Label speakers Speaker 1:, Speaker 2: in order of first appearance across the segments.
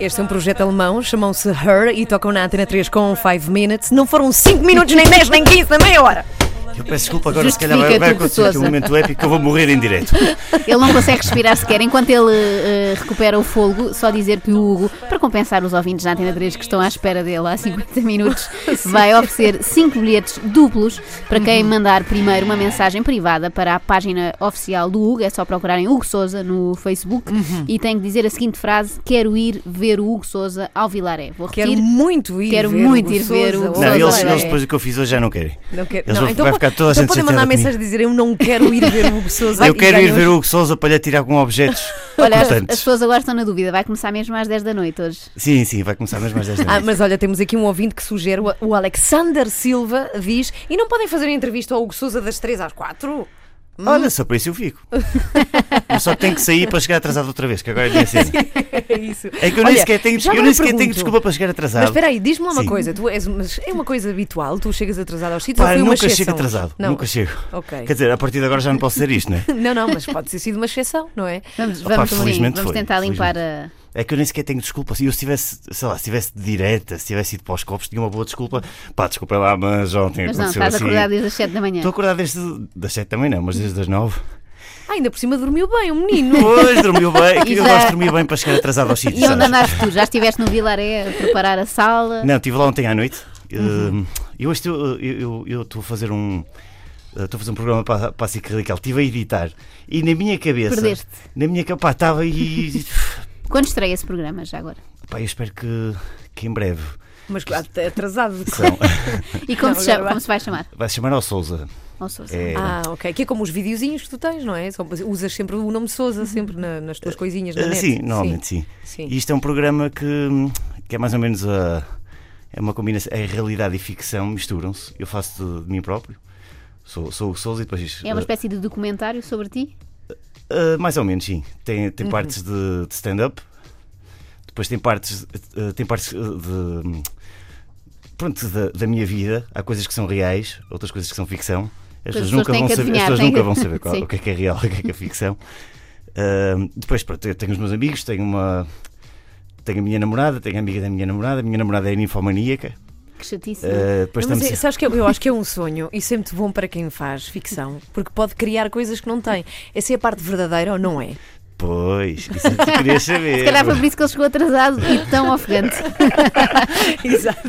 Speaker 1: Este é um projeto alemão, chamam-se Her e tocam na Antena 3 com 5 Minutes. Não foram 5 minutos, nem 10, nem 15, nem meia hora.
Speaker 2: Eu peço desculpa, agora se
Speaker 3: Justifica
Speaker 2: calhar vai, vai
Speaker 3: tudo,
Speaker 2: acontecer aqui um
Speaker 3: Sousa.
Speaker 2: momento épico que eu vou morrer em direto.
Speaker 3: Ele não consegue respirar sequer. Enquanto ele eh, recupera o fôlego, só dizer que o Hugo, para compensar os ouvintes da Antena 3 que estão à espera dele há 50 minutos, vai oferecer 5 bilhetes duplos para quem
Speaker 1: Uhum.
Speaker 3: mandar primeiro uma mensagem privada para a página oficial do Hugo. É só procurarem Hugo Souza no Facebook
Speaker 1: Uhum.
Speaker 3: e tem que dizer a seguinte frase: Quero ir ver o Hugo Souza ao Vilaré. Vou
Speaker 1: Quero
Speaker 3: repetir.
Speaker 1: muito ir
Speaker 3: Quero
Speaker 1: ver
Speaker 3: muito
Speaker 1: o
Speaker 3: ir ver o
Speaker 1: Sousa,
Speaker 3: Sousa.
Speaker 2: Não,
Speaker 1: olha,
Speaker 2: eles,
Speaker 3: Sousa,
Speaker 2: eles
Speaker 3: é.
Speaker 2: depois do que eu fiz hoje já não querem.
Speaker 1: Não quero.
Speaker 2: Eles
Speaker 1: não,
Speaker 2: vão-
Speaker 1: então
Speaker 2: vai
Speaker 1: po-
Speaker 2: ficar toda a
Speaker 1: então
Speaker 2: gente
Speaker 1: podem mandar
Speaker 2: chateada
Speaker 1: mensagem a dizer eu não quero ir ver o Sousa.
Speaker 2: eu quero ir ver o Hugo Souza para lhe tirar com objetos.
Speaker 3: Olha, as, as
Speaker 2: Portanto,
Speaker 3: pessoas agora estão na dúvida. Vai começar mesmo às 10 da noite hoje.
Speaker 2: Sim, sim, vai começar mesmo às 10 da
Speaker 1: Ah,
Speaker 2: noite.
Speaker 1: mas olha, temos aqui um ouvinte que sugere, o- o Alexander Silva diz, e não podem fazer entrevista ao Hugo Sousa das 3 às 4?
Speaker 2: Olha, só para isso eu fico. eu só tenho que sair para chegar atrasado outra vez, que agora é a minha cena.
Speaker 1: É isso.
Speaker 2: É que eu nem
Speaker 1: Olha,
Speaker 2: sequer tenho,
Speaker 1: já
Speaker 2: eu
Speaker 1: agora
Speaker 2: nem sequer
Speaker 1: pergunto.
Speaker 2: tenho desculpa para chegar atrasado.
Speaker 1: Mas espera aí, diz-me lá uma
Speaker 2: Sim.
Speaker 1: coisa, tu és, mas é uma coisa habitual, tu chegas atrasado aos sítios ou
Speaker 2: Pá,
Speaker 1: foi uma
Speaker 2: nunca
Speaker 1: exceção?
Speaker 2: chego atrasado,
Speaker 1: Não.
Speaker 2: nunca chego.
Speaker 1: Ok.
Speaker 2: Quer dizer, a partir de agora já não posso ser isto, não é?
Speaker 1: Não, não, mas pode ter sido uma exceção, não é?
Speaker 3: Vamos,
Speaker 2: Opa,
Speaker 3: vamos, sim,
Speaker 2: felizmente foi,
Speaker 3: vamos tentar limpar a.
Speaker 2: É que eu nem sequer tenho desculpa. Se eu estivesse, sei lá, se tivesse de direta, se tivesse ido para os copos, tinha uma boa desculpa. Pá, desculpa lá, mas ontem
Speaker 3: Mas não,
Speaker 2: aconteceu
Speaker 3: estás
Speaker 2: assim.
Speaker 3: acordado desde as 7 da manhã.
Speaker 2: Estou acordado desde das 7 também não, mas desde as 9.
Speaker 1: Ah, ainda por cima dormiu bem o menino.
Speaker 2: Pois, dormiu bem. É
Speaker 3: E
Speaker 2: Eu
Speaker 3: já-
Speaker 2: gosto de dormir bem para chegar atrasado aos sítios.
Speaker 3: E onde
Speaker 2: sabes?
Speaker 3: andaste tu? Já estiveste no Vilaré a preparar a sala?
Speaker 2: Não, estive lá ontem à noite.
Speaker 3: Uhum.
Speaker 2: Hum, E hoje estou- eu- eu eu estou a fazer um. eh, Estou a fazer um programa para, para a SIC Radical. Estive a editar e na minha cabeça.
Speaker 3: Perdeste.
Speaker 2: Na minha cabeça. Pá, estava aí.
Speaker 3: Quando estreia esse programa, já agora?
Speaker 2: Pá, eu espero que, que em breve.
Speaker 1: Mas até atrasado.
Speaker 2: São- é.
Speaker 3: E como,
Speaker 1: Não, agora
Speaker 3: se, chama,
Speaker 1: vai.
Speaker 3: como se vai chamar?
Speaker 2: Vai se chamar ao Souza.
Speaker 3: Ó, Sousa.
Speaker 2: É,
Speaker 1: Ah, ok. Que é como os videozinhos que tu tens, não é? Só- Usas sempre o nome Sousa, sempre na- nas tuas coisinhas na
Speaker 2: eh,
Speaker 1: net.
Speaker 2: sim, normalmente sim.
Speaker 1: Sim.
Speaker 2: E isto é um programa que, hum, que é mais ou menos a. É uma combinação. É realidade e ficção, misturam-se. Eu faço de, de mim próprio. Sou, sou o Souza e depois.
Speaker 3: É
Speaker 2: eh,
Speaker 3: uma espécie de documentário sobre ti?
Speaker 2: Uh, mais ou menos, sim. Tem,
Speaker 3: Uhum.
Speaker 2: tem partes de, de stand-up, depois tem partes, uh, tem partes uh, de. hum, Pronto, da, da minha vida. Há coisas que são reais, outras coisas que são ficção. As
Speaker 3: Pois,
Speaker 2: pessoas
Speaker 3: as pessoas
Speaker 2: nunca,
Speaker 3: têm
Speaker 2: vão
Speaker 3: que
Speaker 2: saber, as
Speaker 3: adivinhar,
Speaker 2: pessoas
Speaker 3: têm que-
Speaker 2: nunca vão saber qual-
Speaker 3: Sim.
Speaker 2: o que é que é real, o que é que é ficção. Uh, depois, pronto, eu tenho os meus amigos, tenho uma. Tenho a minha namorada, tenho a amiga da minha namorada, a minha namorada é ninfomaníaca.
Speaker 3: Que chatice.
Speaker 2: Uh, depois
Speaker 1: Não, mas
Speaker 2: estamos-
Speaker 1: é- sabes que eu, eu acho que é um sonho e sempre bom para quem faz ficção, porque pode criar coisas que não tem. Essa é a parte verdadeira ou não é?
Speaker 2: Pois, isso é que tu querias saber.
Speaker 3: Se calhar foi por isso que ele chegou atrasado e tão ofegante.
Speaker 1: Exato.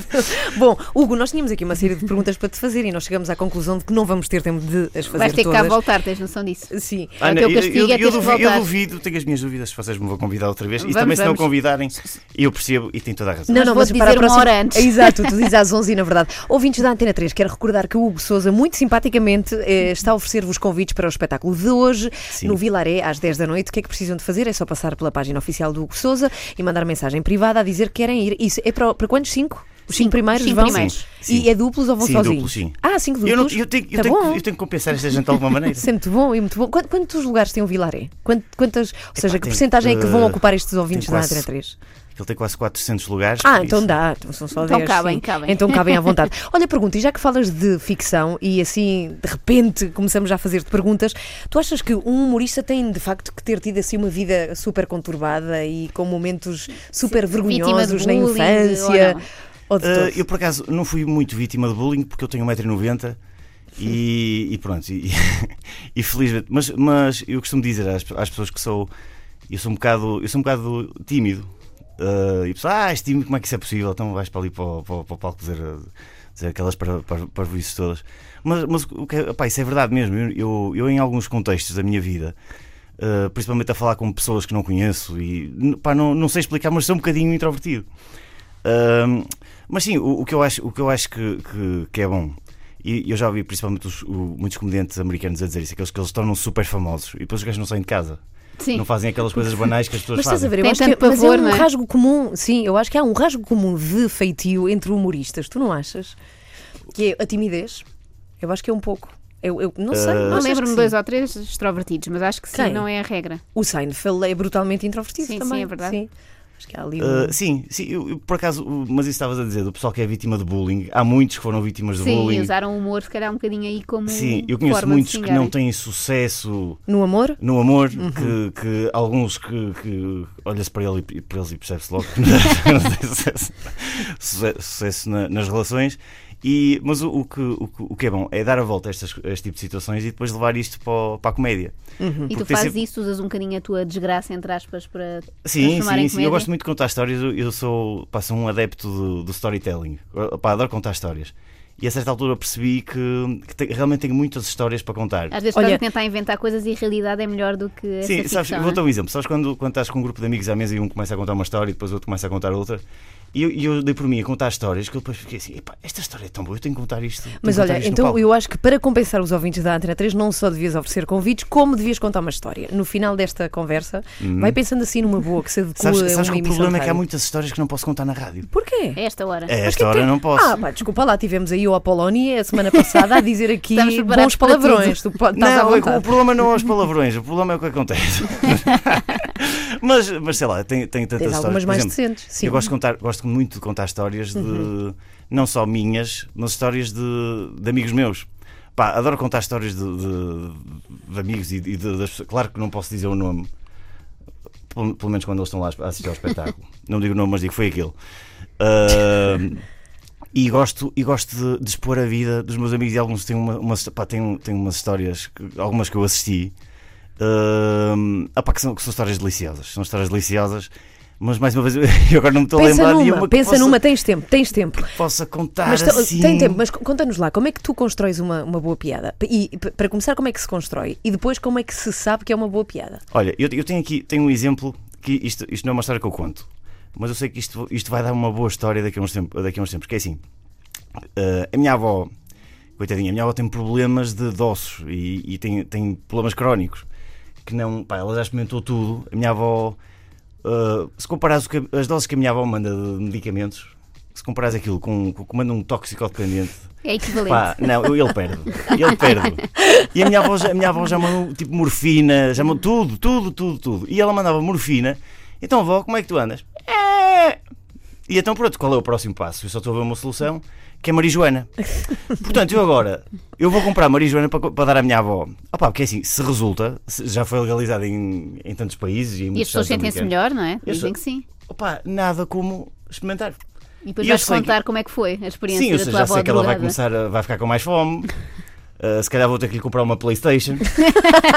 Speaker 1: Bom, Hugo, nós tínhamos aqui uma série de perguntas para te fazer e nós chegamos à conclusão de que não vamos ter tempo de as fazer
Speaker 3: Vais ter que cá
Speaker 1: todas.
Speaker 3: voltar, tens noção disso?
Speaker 1: Sim.
Speaker 3: É o
Speaker 2: Ana,
Speaker 3: teu
Speaker 2: Ah, eu-
Speaker 3: castigo,
Speaker 2: eu,
Speaker 3: é
Speaker 2: eu
Speaker 3: teres que
Speaker 2: duvido, eu
Speaker 3: voltar.
Speaker 2: duvido, tenho as minhas dúvidas se vocês me vão convidar outra vez.
Speaker 3: Vamos,
Speaker 2: e também, se não
Speaker 3: vamos.
Speaker 2: convidarem, eu percebo e têm toda a razão.
Speaker 3: Mas vou-te dizer uma hora antes.
Speaker 1: Exato, tu dizes às 11 na verdade. Ouvintes da Antena 3, quero recordar que o Hugo Souza, muito simpaticamente, eh, está a oferecer-vos convites para o espetáculo de hoje,
Speaker 2: Sim.
Speaker 1: no Vilaré, às 10 da noite. O que é que precisam de fazer? É só passar pela página oficial do Hugo Souza e mandar mensagem privada a dizer que querem ir. Isso é para, para quantos? Cinco? Os cinco
Speaker 3: Cinco.
Speaker 1: primeiros
Speaker 3: Cinco
Speaker 1: vão?
Speaker 3: primeiros.
Speaker 2: Sim.
Speaker 1: E é duplos ou vão
Speaker 2: Sim,
Speaker 1: sozinhos?
Speaker 2: duplos, sim.
Speaker 1: Ah, cinco duplos?
Speaker 2: Eu, não- eu tenho, eu
Speaker 1: Tá
Speaker 2: tenho
Speaker 1: bom.
Speaker 2: que, eu tenho que compensar esta gente de alguma maneira.
Speaker 1: Isso é muito bom e muito bom. Quant- Quantos lugares tem o Vilaré? Quant- Quantas, ou seja, que
Speaker 2: tem,
Speaker 1: porcentagem é que vão
Speaker 2: eh,
Speaker 1: ocupar estes ouvintes
Speaker 2: tem
Speaker 1: da
Speaker 2: quase-
Speaker 1: Antena 3?
Speaker 2: Ele tem quase 400 lugares.
Speaker 1: Ah,
Speaker 2: por
Speaker 1: então
Speaker 2: isso.
Speaker 1: dá, então são só
Speaker 3: Então
Speaker 1: 10,
Speaker 3: cabem,
Speaker 1: sim.
Speaker 3: cabem.
Speaker 1: Então cabem à vontade. Olha, pergunta, e já que falas de ficção e assim de repente começamos já a fazer-te perguntas, tu achas que um humorista tem de facto que ter tido assim uma vida super conturbada e com momentos super vergonhosos na
Speaker 3: bullying,
Speaker 1: infância?
Speaker 3: ou não?
Speaker 1: Ou de
Speaker 2: Ah,
Speaker 1: todo?
Speaker 2: eu, por acaso, não fui muito vítima de bullying porque eu tenho 1,90m e, e pronto. E, e felizmente. Mas, mas eu costumo dizer às, às pessoas que sou. Eu sou um bocado, eu sou um bocado tímido. Ah, e pessoas, ah, és tímido, como é que isso é possível? Então vais para ali para, o- para, o- para o palco dizer, dizer aquelas para, para, para todas. Mas, mas o que é- pá, isso é verdade mesmo. Eu, eu, eu, em alguns contextos da minha vida. ah, principalmente a falar com pessoas que não conheço e pá, não, não sei explicar, mas sou um bocadinho introvertido. Ahm, mas sim, o, o que eu acho, o que, eu acho que, que- que é bom, e eu já ouvi principalmente os- o- muitos comediantes americanos a dizer isso, aqueles que eles tornam super famosos e depois os gajos não saem de casa.
Speaker 3: Sim.
Speaker 2: Não fazem aquelas coisas banais que as pessoas
Speaker 1: Mas estás
Speaker 2: fazem.
Speaker 1: a ver, eu
Speaker 3: Tem
Speaker 1: acho que
Speaker 3: tanto
Speaker 1: mas
Speaker 3: pavor,
Speaker 1: é um
Speaker 3: não é?
Speaker 1: rasgo comum, sim, eu acho que há um rasgo comum de feitio entre humoristas, tu não achas? Que é a timidez? Eu acho que é um pouco. Eu, eu não
Speaker 2: Eh,
Speaker 1: sei.
Speaker 3: Não
Speaker 1: achas
Speaker 3: lembro-me
Speaker 1: que
Speaker 3: dois
Speaker 1: sim?
Speaker 3: ou três extrovertidos, mas acho que sim,
Speaker 1: Quem?
Speaker 3: não é a regra.
Speaker 1: O Seinfeld é brutalmente introvertido
Speaker 3: Sim, sim,
Speaker 1: também.
Speaker 3: é verdade.
Speaker 1: sim. Acho que há ali um-
Speaker 2: Uh, sim, sim eu- eu, por acaso, o- mas isso estavas a dizer, do pessoal que é vítima de bullying. Há muitos que foram vítimas de
Speaker 3: Sim,
Speaker 2: bullying.
Speaker 3: usaram o humor, se calhar, um bocadinho aí como.
Speaker 2: Sim, eu conheço
Speaker 3: forma de
Speaker 2: muitos que
Speaker 3: xingarem.
Speaker 2: não têm sucesso
Speaker 1: No amor?
Speaker 2: no amor,
Speaker 3: Uhum.
Speaker 2: que, que alguns que, que olha-se para, ele, e- para eles e percebe-se logo que não tem sucesso, suce- sucesso na- nas relações. E, mas o, o que, o, que- o que é bom é dar a volta a, estas, a este tipo de situações e depois levar isto para, o- para a comédia.
Speaker 3: E tu
Speaker 2: Porque tem
Speaker 3: fazes
Speaker 2: sempre-
Speaker 3: isso, usas um bocadinho a tua desgraça, entre aspas, para
Speaker 2: Sim,
Speaker 3: transformar em
Speaker 2: sim,
Speaker 3: comédia.
Speaker 2: sim. Eu gosto muito de contar histórias. Eu- Eu sou, pá, sou um adepto do, do storytelling. Eu, pá, adoro contar histórias. E a certa altura percebi que, que te- realmente tenho muitas histórias para contar.
Speaker 3: Às vezes
Speaker 1: Olha-
Speaker 3: estás a tentar inventar coisas e a realidade é melhor do que essa
Speaker 2: Sim,
Speaker 3: ficção,
Speaker 2: sabes, eu
Speaker 3: não é?
Speaker 2: vou
Speaker 1: né?
Speaker 2: dar um exemplo. Sabes quando, quando estás com um grupo de amigos à mesa e um começa a contar uma história e depois o outro começa a contar outra? E eu, e eu dei por mim a contar histórias que eu depois fiquei assim: epá, esta história é tão boa, eu tenho que contar isto. tenho
Speaker 1: Mas
Speaker 2: que contar
Speaker 1: olha,
Speaker 2: isto no
Speaker 1: então
Speaker 2: palco."
Speaker 1: eu acho que para compensar os ouvintes da Antena 3, não só devias oferecer convites, como devias contar uma história. No final desta conversa, vai pensando assim numa boa que se adequa
Speaker 2: Uhum. Sabes,
Speaker 1: a uma
Speaker 2: sabes que o
Speaker 1: emissão de
Speaker 2: problema é que há
Speaker 1: rádio.
Speaker 2: muitas histórias que não posso contar na rádio.
Speaker 1: Porquê?
Speaker 3: A é? esta hora.
Speaker 2: A É.
Speaker 1: Mas
Speaker 2: esta
Speaker 1: que
Speaker 2: hora
Speaker 1: tem-
Speaker 2: não posso.
Speaker 1: Ah, pá, desculpa lá, tivemos aí o Apolónia a semana passada a dizer aqui
Speaker 3: Estamos preparados
Speaker 1: bons
Speaker 3: para
Speaker 1: palavrões. Tu po- estás à
Speaker 2: Não, é que
Speaker 1: vontade.
Speaker 2: o problema não é os palavrões, o problema é o que acontece. mas, mas sei lá, tem, tem tantas
Speaker 1: Tens algumas
Speaker 2: histórias. Por
Speaker 1: mais
Speaker 2: exemplo,
Speaker 1: decentes. Sim. Uhum.
Speaker 2: Eu gosto, de contar, gosto muito de contar histórias de não só minhas, mas histórias de, de amigos meus. Pá, adoro contar histórias de, de- de amigos e, e de, das pessoas. Claro que não posso dizer o nome, pelo, pelo menos quando eles estão lá a assistir ao espetáculo. não digo o nome, mas digo foi aquele. Ah, e gosto, e gosto de, de expor a vida dos meus amigos e alguns têm, uma, umas- pá, têm, têm umas histórias, que- algumas que eu assisti, hum, ah, pá, que, são, que são histórias deliciosas. São histórias deliciosas, mas mais uma vez eu agora não me estou a
Speaker 1: Pensa
Speaker 2: lembrar de
Speaker 1: numa,
Speaker 2: uma que
Speaker 1: pensa
Speaker 2: possa,
Speaker 1: numa, tens tempo, tens tempo.
Speaker 2: que possa contar
Speaker 1: Mas te-
Speaker 2: assim.
Speaker 1: tem tempo, mas conta-nos lá, como é que tu constróis uma, uma boa piada? E p- para começar, como é que se constrói? E depois, como é que se sabe que é uma boa piada?
Speaker 2: Olha, eu, eu tenho aqui tenho um exemplo que isto, isto não é uma história que eu conto, mas eu sei que isto, isto vai dar uma boa história daqui a uns tempos, daqui a uns tempos que é assim. eh, a minha avó, coitadinha, a minha avó tem problemas de de ossos e, e tem, tem problemas crónicos que não, pá, ela já experimentou tudo. A minha avó, eh, se comparares o que- as doses que a minha avó manda de medicamentos, se comparares aquilo com com o que manda um toxicodependente
Speaker 3: É equivalente.
Speaker 2: Pá, não, eu- ele perde. Ele perde. E a minha avó, já- a minha avó já mandou tipo morfina, já mandou tudo, tudo, tudo, tudo. E ela mandava morfina. Então, avó, como é que tu andas? "É." E então, pronto, qual é o próximo passo? Eu só estou a ver uma solução, que é marijuana. Portanto, eu agora, eu vou comprar marijuana para, co- para dar à minha avó. Opa, porque assim, se resulta, se- já foi legalizada em, em tantos países e em
Speaker 3: E
Speaker 2: muitos
Speaker 3: as pessoas
Speaker 2: estados
Speaker 3: sentem-se
Speaker 2: americanos.
Speaker 3: melhor, não é?
Speaker 2: Eu
Speaker 3: Dizem
Speaker 2: sou-
Speaker 3: que sim.
Speaker 2: Opa, nada como experimentar.
Speaker 3: E depois
Speaker 2: E eu
Speaker 3: vais
Speaker 2: sei que-
Speaker 3: contar como é que foi a experiência
Speaker 2: Sim, eu
Speaker 3: da
Speaker 2: sei,
Speaker 3: tua
Speaker 2: já
Speaker 3: avó
Speaker 2: sei que ela vai
Speaker 3: drogada.
Speaker 2: começar a, vai ficar com mais fome. Uh, se calhar vou ter que lhe comprar uma Playstation,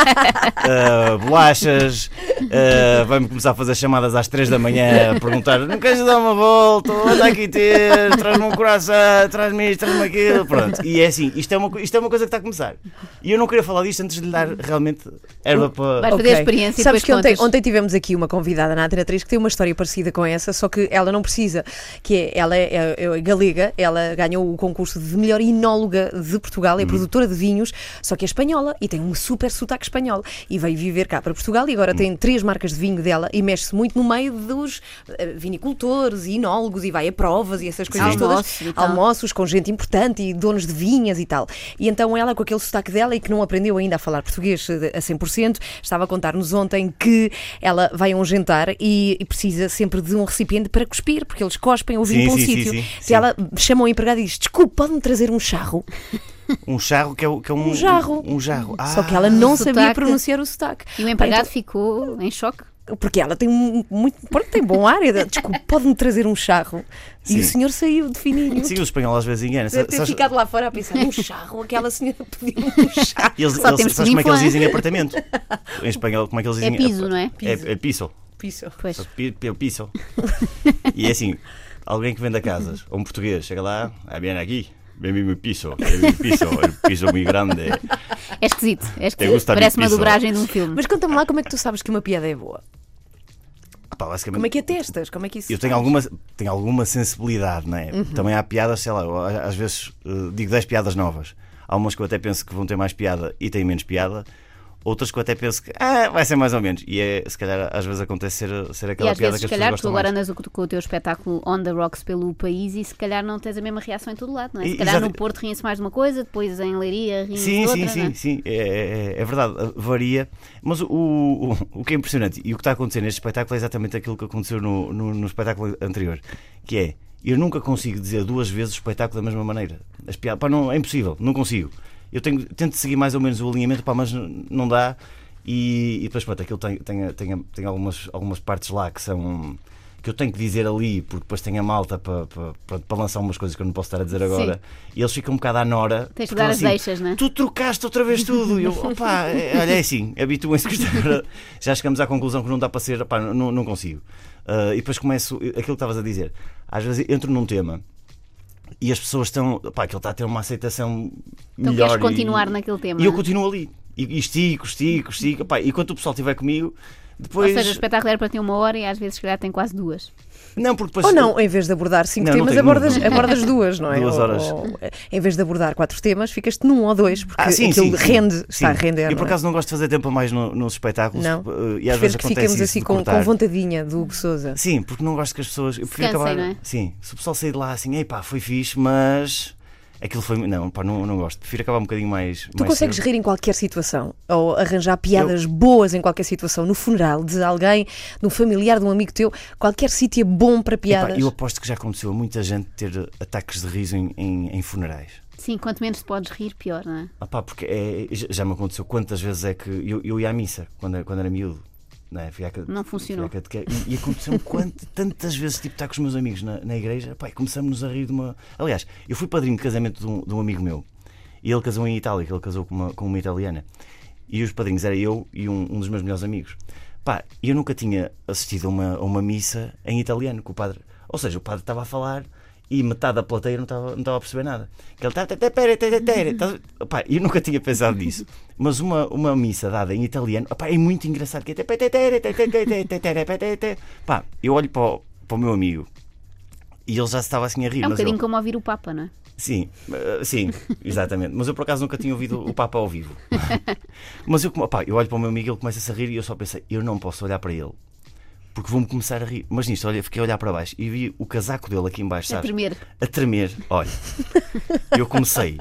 Speaker 2: Uh, bolachas, uh, vai-me começar a fazer chamadas às 3 da manhã a perguntar: não queres dar uma volta? Anda aqui ter, traz-me um coração, traz-me isto, traz-me aquilo. Pronto, e é assim, isto é, uma, co- isto é uma coisa que está a começar. E eu não queria falar disto antes de lhe dar realmente erva para.
Speaker 3: Vais fazer
Speaker 1: Ok.
Speaker 3: a experiência e
Speaker 1: Sabes
Speaker 3: depois
Speaker 1: que ontem,
Speaker 3: contas.
Speaker 1: ontem tivemos aqui uma convidada na Antena 3 que tem uma história parecida com essa, só que ela não precisa, que é, ela é, é- é galega, ela ganhou o concurso de melhor enóloga de Portugal, é produtora de vinhos, só que é espanhola e tem um super sotaque espanhol e veio viver cá para Portugal e agora tem três marcas de vinho dela e mexe-se muito no meio dos eh, vinicultores e enólogos e vai a provas e essas coisas
Speaker 3: Almoços e
Speaker 1: todas.
Speaker 3: tal.
Speaker 1: Almoços com gente importante e donos de vinhas e tal. E então ela, com aquele sotaque dela e que não aprendeu ainda a falar português eh, a 100%, estava a contar-nos ontem que ela vai a um jantar e, e precisa sempre de um recipiente para cuspir, porque eles cospem o vinho
Speaker 2: Sim,
Speaker 1: para um
Speaker 2: sim, sim,
Speaker 1: sítio.
Speaker 2: sim,
Speaker 1: Se
Speaker 2: sim.
Speaker 1: ela chama o empregado e diz: Desculpe, pode-me trazer um charro?
Speaker 2: Um charro que é, o- que é um,
Speaker 1: Um jarro.
Speaker 2: Um jarro.
Speaker 1: Só que ela não
Speaker 3: o
Speaker 1: sabia
Speaker 3: sotaque.
Speaker 1: pronunciar o sotaque.
Speaker 3: E o empregado ficou em choque.
Speaker 1: Porque ela tem um- muito. Pronto, tem bom ar. e ela, Desculpe, pode-me trazer um charro? E o
Speaker 2: Sim.
Speaker 1: senhor saiu de fininho.
Speaker 2: Ah, Sim, o espanhol às vezes engana.
Speaker 1: Deve ter
Speaker 2: Sabes-
Speaker 1: ficado lá fora a pensar, um charro, aquela senhora pediu um charro.
Speaker 2: E Eles,
Speaker 3: Só
Speaker 2: eles-
Speaker 3: temos
Speaker 2: sabes como é que
Speaker 3: infla-
Speaker 2: eles dizem apartamento? Em espanhol, como é que eles
Speaker 3: É
Speaker 2: dizem?
Speaker 3: piso, não é?
Speaker 2: É, é piso.
Speaker 1: Piso.
Speaker 3: Pois.
Speaker 2: Pi- pi- Piso. E é assim: alguém que vende a casas, ou um português, chega lá, ah, vem aqui, vem me piso, vem mi piso, é piso muito grande.
Speaker 3: É esquisito. É esquisito.
Speaker 2: gusta mi
Speaker 3: Parece uma
Speaker 2: piso.
Speaker 3: dobragem de um filme.
Speaker 1: Mas conta-me lá como é que tu sabes que uma piada é boa.
Speaker 2: Pá, basicamente,
Speaker 1: Como é que a testas? Como é que isso
Speaker 2: Eu tenho alguma, tenho alguma sensibilidade, não é?
Speaker 3: Uhum.
Speaker 2: Também há piadas, sei lá, eu a- às vezes eh, digo 10 piadas novas. Há umas que eu até penso que vão ter mais piada e têm menos piada. Outras que eu até penso que ah, vai ser mais ou menos. E é, se calhar às vezes acontece ser, ser
Speaker 3: E
Speaker 2: aquela
Speaker 3: às
Speaker 2: piada
Speaker 3: vezes,
Speaker 2: que
Speaker 3: se
Speaker 2: as pessoas
Speaker 3: calhar, tu
Speaker 2: gostam
Speaker 3: agora
Speaker 2: mais.
Speaker 3: andas o- com o teu espetáculo On the Rocks pelo país e se calhar não tens a mesma reação em todo lado, não é?
Speaker 2: E-
Speaker 3: Se calhar no
Speaker 2: exato.
Speaker 3: Porto riem-se mais de uma coisa, depois em Leiria riem-se
Speaker 2: Sim,
Speaker 3: de
Speaker 2: sim,
Speaker 3: outra, não
Speaker 2: sim,
Speaker 3: é?
Speaker 2: sim, é, é- é verdade, varia. Mas o, o, o que é impressionante e o que está a acontecer neste espetáculo é exatamente aquilo que aconteceu no, no, no espetáculo anterior, que é eu nunca consigo dizer duas vezes o espetáculo da mesma maneira. As piadas, pá, não, é impossível, não consigo. Eu tenho, tento seguir mais ou menos o alinhamento, pá, mas n- não dá. E, e depois, pronto, aquilo tem, tem, tem, tem algumas, algumas partes lá que são. Que eu tenho que dizer ali, porque depois tem a malta para, para, para, para lançar umas coisas que eu não posso estar a dizer agora. E eles ficam um bocado à nora.
Speaker 3: Tens
Speaker 2: porque
Speaker 3: de dar
Speaker 2: eles
Speaker 3: as deixas, não é?
Speaker 2: tu trocaste outra vez tudo. E eu, opá, é, olha, é assim, habituem-se que isto agora- já chegamos à conclusão que não dá para ser, opá, não, não consigo. Ah, e depois começo aquilo que estavas a dizer. Às vezes entro num tema e as pessoas estão, opá, aquilo está a ter uma aceitação
Speaker 3: Então
Speaker 2: melhor.
Speaker 3: queres continuar
Speaker 2: e,
Speaker 3: naquele tema.
Speaker 2: E eu
Speaker 3: não é?
Speaker 2: continuo ali. E, e estico, estico, estico. Opá, e quando o pessoal estiver comigo,
Speaker 3: Ou
Speaker 2: depois.
Speaker 3: seja, o espetáculo era para ter uma hora e às vezes, se calhar, tem quase duas.
Speaker 2: Não, porque depois.
Speaker 1: Ou não, em vez de abordar cinco
Speaker 2: Não, não
Speaker 1: temas,
Speaker 2: tenho-
Speaker 1: abordas,
Speaker 2: não- não-
Speaker 1: abordas duas, não é?
Speaker 2: Duas
Speaker 1: Ou-
Speaker 2: horas.
Speaker 1: ou, em vez de abordar quatro temas, ficas-te num ou dois,
Speaker 2: Ah,
Speaker 1: porque aquilo rende, está a render.
Speaker 2: Eu
Speaker 1: não
Speaker 2: por
Speaker 1: é?
Speaker 2: acaso não gosto de fazer tempo a mais no- nos espetáculos.
Speaker 1: Não.
Speaker 2: eh, E às
Speaker 1: Prefiro
Speaker 2: vezes
Speaker 1: que
Speaker 2: acontece
Speaker 1: ficamos
Speaker 2: isso
Speaker 1: assim
Speaker 2: de
Speaker 1: com,
Speaker 2: cortar.
Speaker 1: com vontadinha do Hugo Souza.
Speaker 2: Sim, porque não gosto que as pessoas. Eu prefiro
Speaker 3: cansem,
Speaker 2: acabar.
Speaker 3: não é?
Speaker 2: Sim, se o pessoal sair de lá assim, ei pá, foi fixe, mas. Aquilo foi. Não, pá, não, não gosto. Prefiro acabar um bocadinho mais.
Speaker 1: Tu consegues rir em qualquer situação ou arranjar piadas boas em qualquer situação, no funeral de alguém, de um familiar, de um amigo teu, qualquer sítio é bom para piadas.
Speaker 2: eu aposto que já aconteceu a muita gente ter ataques de riso em, em, em funerais.
Speaker 3: Sim, quanto menos te podes rir, pior, não é?
Speaker 2: Ah, pá, porque é- já já me aconteceu quantas vezes é que eu, eu ia à missa quando, era- quando era miúdo. Não, é? Fui à cate-
Speaker 3: Não funcionou.
Speaker 2: fui à cateque- E, e aconteceu tantas vezes, tipo, estar com os meus amigos na, na igreja, pá, e começamos a rir de uma. Aliás, eu fui padrinho de casamento de um, de um amigo meu e ele casou em Itália, que ele casou com uma, com uma italiana. E os padrinhos era eu e um, um dos meus melhores amigos. Pá, e eu nunca tinha assistido a uma, a uma missa em italiano com o padre. Ou seja, o padre estava a falar e metade da plateia não estava, não estava a perceber nada. Que ele tá, estava. "Tê, tê, pera, tê, tê, tê", tás- Opá, tá. Eu nunca tinha pensado nisso. Mas uma, uma missa dada em italiano opá, é muito engraçado. que é, "Tê, tê, tê, tê, tê, tê, tê, tê, tê, tê, tê, tê, tê". tá, Pá, eu olho para o, para o meu amigo e ele já se estava assim a rir.
Speaker 3: É um
Speaker 2: mas eu-
Speaker 3: bocadinho como ouvir o Papa, não é?
Speaker 2: Sim, eh, sim, exatamente. Mas eu por acaso nunca tinha ouvido o Papa ao vivo. Mas eu, como- opá, eu olho para o meu amigo, ele começa a rir e eu só pensei, eu não posso olhar para ele. Porque vou-me começar a rir. Mas nisto, olha, fiquei a olhar para baixo e vi o casaco dele aqui embaixo,
Speaker 3: A
Speaker 2: sabes?
Speaker 3: tremer.
Speaker 2: a tremer. Olha, eu comecei.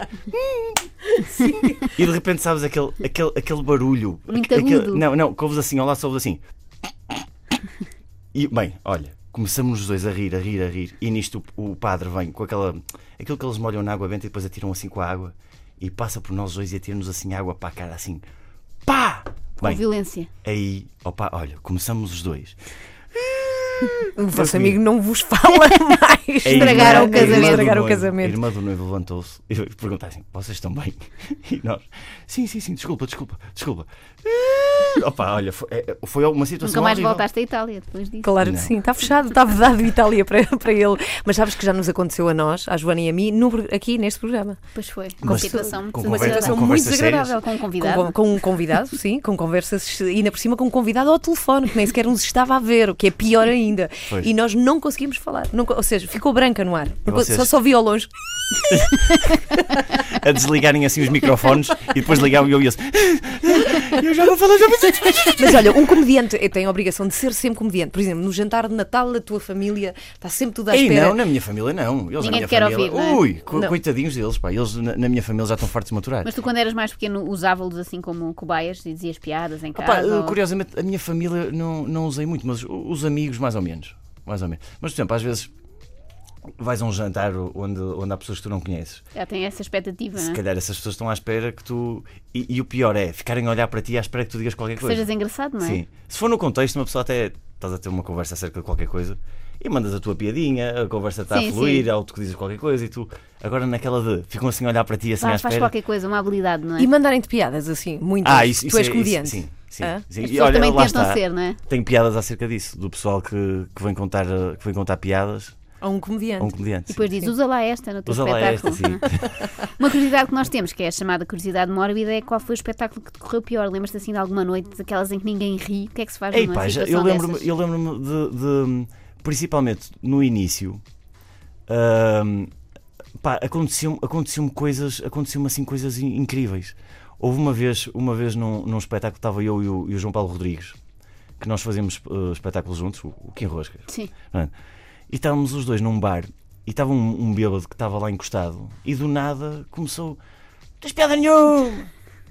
Speaker 2: E de repente, sabes, aquele, aquele, aquele barulho.
Speaker 3: Muito
Speaker 2: Aque-
Speaker 3: agudo.
Speaker 2: Não, não, que ouves assim, olá, só ouves assim. E, bem, olha, começamos os dois a rir, a rir, a rir. E nisto o, o padre vem com aquela. aquilo que eles molham na água benta e depois atiram assim com a água. E passa por nós dois e atira-nos assim água para a cara, assim. Pá!
Speaker 3: Com
Speaker 2: Bem,
Speaker 3: violência.
Speaker 2: aí, opa, olha, começamos os dois.
Speaker 1: o vosso amigo não vos fala mais.
Speaker 2: É A irmã-
Speaker 3: Estragaram
Speaker 2: a
Speaker 3: o
Speaker 2: irmã
Speaker 3: casamento.
Speaker 2: do
Speaker 1: Estragaram o
Speaker 2: noivo-
Speaker 1: casamento.
Speaker 2: A irmã do noivo levantou-se e perguntou assim: vocês estão bem? E nós: sim, sim, sim, desculpa, desculpa, desculpa. Opa, olha, foi, é, foi uma situação.
Speaker 3: Nunca mais
Speaker 2: horrível.
Speaker 3: voltaste à Itália depois disso.
Speaker 1: Claro que
Speaker 2: Não.
Speaker 1: sim, está fechado, está vedado Itália para, para ele. Mas sabes que já nos aconteceu a nós, à Joana e a mim, no- aqui neste programa.
Speaker 3: Depois foi. Com
Speaker 2: Mas-
Speaker 3: situação muito
Speaker 2: com
Speaker 1: Uma
Speaker 2: Conversa-
Speaker 1: situação
Speaker 2: com
Speaker 1: muito
Speaker 2: conversas sérias?
Speaker 1: desagradável.
Speaker 3: Com um convidado.
Speaker 1: Com, com um convidado, sim, com conversas, e ainda por cima com um convidado ao telefone, que nem sequer nos estava a ver, o que é pior ainda.
Speaker 2: Pois.
Speaker 1: E nós não conseguimos falar, não co- ou seja, ficou branca no ar, porque
Speaker 2: vocês?
Speaker 1: só, só vi ao longe.
Speaker 2: A desligarem assim os microfones e depois ligavam e eu ia assim: eu já não falo, já pensei.
Speaker 1: Mas olha, um comediante eh, tem a obrigação de ser sempre comediante. Por exemplo, no jantar de Natal da tua família, está sempre tudo à
Speaker 2: Ei,
Speaker 1: espera.
Speaker 2: não, na minha família não. Eles
Speaker 3: Ninguém
Speaker 2: na minha
Speaker 3: quer
Speaker 2: família,
Speaker 3: ouvir, não é?
Speaker 2: Ui, co-
Speaker 1: Não.
Speaker 2: coitadinhos deles, pá. Eles na, na minha família já estão fartos de maturar.
Speaker 3: Mas tu, quando eras mais pequeno, usávamos los assim como cobaias e dizias piadas em
Speaker 2: Opa,
Speaker 3: casa? ou-
Speaker 2: curiosamente, a minha família não, não usei muito, mas o- os amigos, mais ou menos. Mais ou menos. Mas, por exemplo, às vezes vais a um jantar onde, onde há pessoas que tu não conheces.
Speaker 3: Já tem essa expectativa,
Speaker 2: Se
Speaker 3: não é?
Speaker 2: calhar essas pessoas estão à espera que tu. E, e o pior é ficarem a olhar para ti à espera que tu digas qualquer coisa.
Speaker 3: Sejas engraçado, não é?
Speaker 2: Sim. Se for no contexto, uma pessoa até estás a ter uma conversa acerca de qualquer coisa e mandas a tua piadinha, a conversa está
Speaker 3: Sim,
Speaker 2: a fluir,
Speaker 3: sim.
Speaker 2: há outro que dizes qualquer coisa e tu. Agora naquela de. Ficam assim a olhar para ti assim
Speaker 3: Vá,
Speaker 2: à
Speaker 3: faz
Speaker 2: espera.
Speaker 3: qualquer coisa, uma habilidade, não é?
Speaker 1: E mandarem-te piadas assim, muitas.
Speaker 3: Então,
Speaker 2: Ah, isso,
Speaker 1: tu
Speaker 2: isso
Speaker 1: és
Speaker 2: é-
Speaker 1: comediante.
Speaker 2: Isso, sim, sim,
Speaker 1: Ah?
Speaker 2: sim.
Speaker 3: As
Speaker 2: E
Speaker 3: pessoas
Speaker 2: olha,
Speaker 3: também
Speaker 2: lá
Speaker 3: tentam
Speaker 2: está.
Speaker 3: ser, não é?
Speaker 2: Tenho piadas acerca disso, do pessoal que, que, vem, contar, eh, que vem contar piadas
Speaker 1: A um comediante.
Speaker 2: a um comediante.
Speaker 3: E depois diz, usa lá esta no teu
Speaker 2: Usa lá
Speaker 3: espetáculo.
Speaker 2: esta, sim.
Speaker 3: Uma curiosidade que nós temos, que é a chamada curiosidade mórbida, é qual foi o espetáculo que decorreu pior? Lembras-te assim de alguma noite, daquelas em que ninguém ri? O que é que se faz
Speaker 2: Ei,
Speaker 3: numa
Speaker 2: pá, já-
Speaker 3: situação
Speaker 2: eu lembro-me
Speaker 3: dessas?
Speaker 2: eu lembro de, de, Principalmente no início. ahm, pá, aconteciam, aconteciam coisas. Aconteciam assim coisas in- incríveis. Houve uma vez, uma vez num, num espetáculo, estava eu e o, e o João Paulo Rodrigues, que nós fazíamos eh, espetáculos juntos, o, o Kim Roscas.
Speaker 3: Sim.
Speaker 2: Pronto. é? E estávamos os dois num bar e estava um, um bêbado que estava lá encostado e do nada começou: Tens piada nenhuma!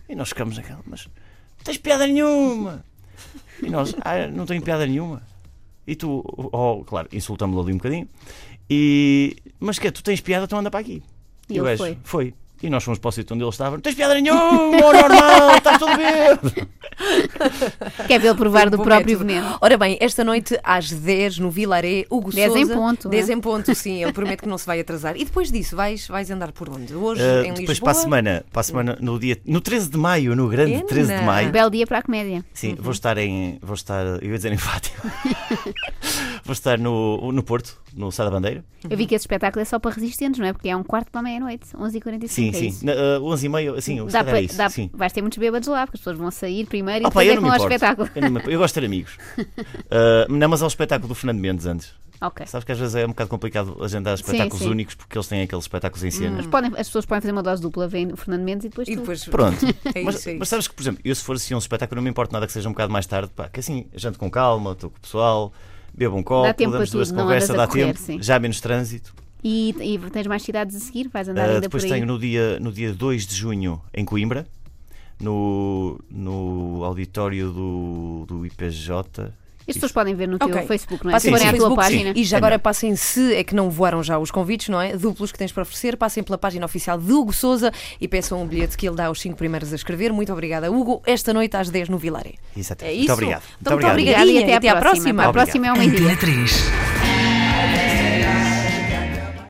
Speaker 2: E nós ficamos naquela, mas tens piada nenhuma! E nós, ah, não tenho piada nenhuma. E tu, oh, claro, insultamos-lo ali um bocadinho. E, mas que é, tu tens piada, então anda para aqui.
Speaker 3: E
Speaker 2: o
Speaker 3: ele
Speaker 2: gajo,
Speaker 3: foi.
Speaker 2: foi. E nós fomos para o sítio onde ele estava: Não tens piada nenhuma, ó normal, estás tudo bem.
Speaker 3: Quer ver ele provar do
Speaker 1: Bom
Speaker 3: próprio
Speaker 1: método.
Speaker 3: veneno.
Speaker 1: Ora bem, esta noite às 10 no Vilaré, Hugo
Speaker 3: 10 em
Speaker 1: Sousa.
Speaker 3: ponto,
Speaker 1: 10
Speaker 3: é?
Speaker 1: em ponto, sim. Ele promete que não se vai atrasar. E depois disso, vais, vais andar por onde? Hoje
Speaker 2: Eh,
Speaker 1: em
Speaker 2: depois
Speaker 1: Lisboa?
Speaker 2: para a semana, para a semana, no dia, no 13 de maio, no grande 13 de
Speaker 1: Ena.
Speaker 2: maio.
Speaker 3: Um belo dia para a comédia.
Speaker 2: Sim, vou estar em. Vou estar. Eu ia dizer em Fátima. vou estar no, no Porto, no Sá da Bandeira.
Speaker 3: Eu vi que esse espetáculo é só para resistentes, não é? Porque é um quarto para a meia-noite, 11h45.
Speaker 2: Sim,
Speaker 3: é
Speaker 2: sim.
Speaker 3: isso.
Speaker 2: Na, ah, 11h30, sim, se
Speaker 3: Dá
Speaker 2: calhar
Speaker 3: para,
Speaker 2: é isso.
Speaker 3: dá-
Speaker 2: sim.
Speaker 3: vais ter muitos bêbados lá, porque as pessoas vão sair primeiro e
Speaker 2: Opa,
Speaker 3: depois
Speaker 2: eu
Speaker 3: é
Speaker 2: não
Speaker 3: com
Speaker 2: me
Speaker 3: o
Speaker 2: importo.
Speaker 3: espetáculo.
Speaker 2: Eu, não me- eu gosto de ter amigos. Ah, não, mas ao espetáculo do Fernando Mendes antes.
Speaker 3: Ok.
Speaker 2: Sabes que às vezes é um bocado complicado agendar espetáculos
Speaker 3: sim. Hum.
Speaker 2: únicos porque eles têm aqueles espetáculos em cena.
Speaker 3: Mas podem- as pessoas podem fazer uma dose dupla, vem o Fernando Mendes e depois
Speaker 1: Hum. E
Speaker 3: tu.
Speaker 1: depois.
Speaker 2: Pronto.
Speaker 1: É
Speaker 2: mas,
Speaker 1: isso, é
Speaker 2: mas
Speaker 1: isso.
Speaker 2: sabes que, por exemplo, eu se for assim um espetáculo, não me importa nada que seja um bocado mais tarde, pá, que assim, janto com calma, estou com o pessoal, bebo um copo,
Speaker 3: tempo
Speaker 2: damos
Speaker 3: a
Speaker 2: duas de
Speaker 3: tudo, não
Speaker 2: conversa,
Speaker 3: andas
Speaker 2: dá
Speaker 3: a correr,
Speaker 2: tempo,
Speaker 3: sim.
Speaker 2: já há menos trânsito.
Speaker 3: E, e tens mais cidades a seguir, vais andar
Speaker 2: Ah,
Speaker 3: ainda
Speaker 2: depois
Speaker 3: por aí.
Speaker 2: tenho no dia, no dia 2 de junho em Coimbra, no, no auditório do, do IPJ.
Speaker 3: As pessoas podem ver no teu
Speaker 1: Ok.
Speaker 3: Facebook, não é? Se
Speaker 1: Passem
Speaker 2: Sim,
Speaker 3: forem
Speaker 1: pelo
Speaker 3: à tua
Speaker 1: Facebook, sim.
Speaker 3: página.
Speaker 1: E já
Speaker 2: É
Speaker 1: agora
Speaker 2: melhor.
Speaker 1: passem, se é que não voaram já os convites, não é? Duplos que tens para oferecer, passem pela página oficial de Hugo Souza e peçam um bilhete que ele dá aos cinco primeiros a escrever. Muito obrigada, Hugo. Esta noite às 10 no Vilaré.
Speaker 2: Exatamente.
Speaker 1: É isso.
Speaker 2: Muito obrigado.
Speaker 1: Então, muito obrigada.
Speaker 3: Obrigada e
Speaker 1: Até à próxima.
Speaker 3: A próxima é uma
Speaker 2: Obrigado.
Speaker 3: meio-dia.
Speaker 4: Antena 3.